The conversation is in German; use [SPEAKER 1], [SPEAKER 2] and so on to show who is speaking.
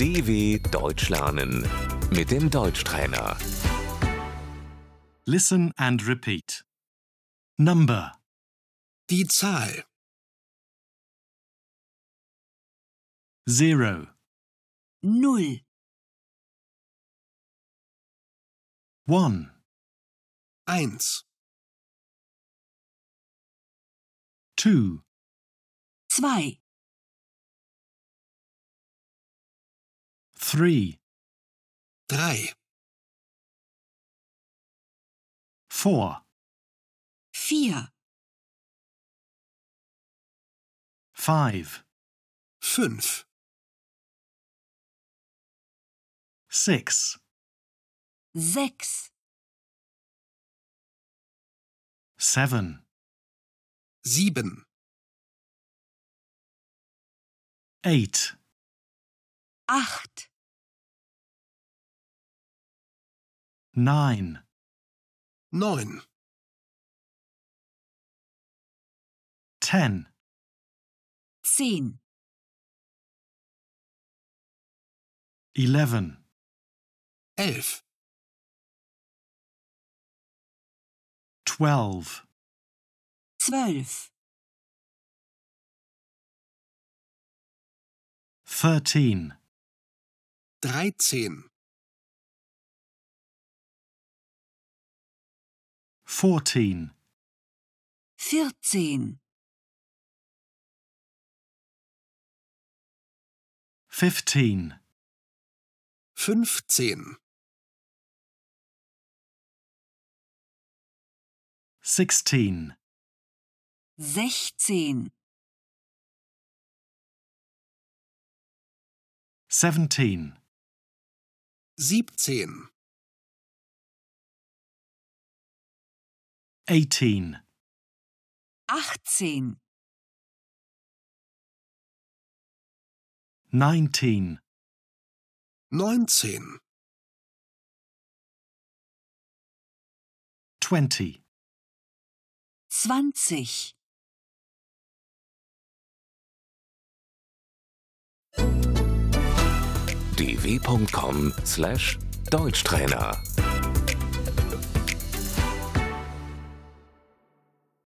[SPEAKER 1] DW Deutsch lernen mit dem Deutschtrainer.
[SPEAKER 2] Listen and repeat. Number
[SPEAKER 3] Die Zahl
[SPEAKER 2] 0,
[SPEAKER 4] Null,
[SPEAKER 2] 1,
[SPEAKER 3] 1,
[SPEAKER 2] 2,
[SPEAKER 4] zwei,
[SPEAKER 2] 3,
[SPEAKER 3] 3,
[SPEAKER 2] 4,
[SPEAKER 4] vier,
[SPEAKER 2] 5,
[SPEAKER 3] 5,
[SPEAKER 2] 6,
[SPEAKER 4] sechs,
[SPEAKER 2] 7,
[SPEAKER 3] 7,
[SPEAKER 2] eight,
[SPEAKER 4] acht,
[SPEAKER 2] nine,
[SPEAKER 3] 9,
[SPEAKER 2] 10,
[SPEAKER 4] zehn,
[SPEAKER 2] 11,
[SPEAKER 3] 11,
[SPEAKER 2] 12,
[SPEAKER 4] zwölf,
[SPEAKER 2] 13,
[SPEAKER 3] 13,
[SPEAKER 2] 14,
[SPEAKER 4] vierzehn,
[SPEAKER 2] 15,
[SPEAKER 3] 15,
[SPEAKER 2] 16,
[SPEAKER 4] sechzehn,
[SPEAKER 2] 17,
[SPEAKER 3] 17,
[SPEAKER 2] 18,
[SPEAKER 4] achtzehn,
[SPEAKER 2] 19,
[SPEAKER 3] 19,
[SPEAKER 2] 20.
[SPEAKER 4] zwanzig.
[SPEAKER 1] dw.com/deutschtrainer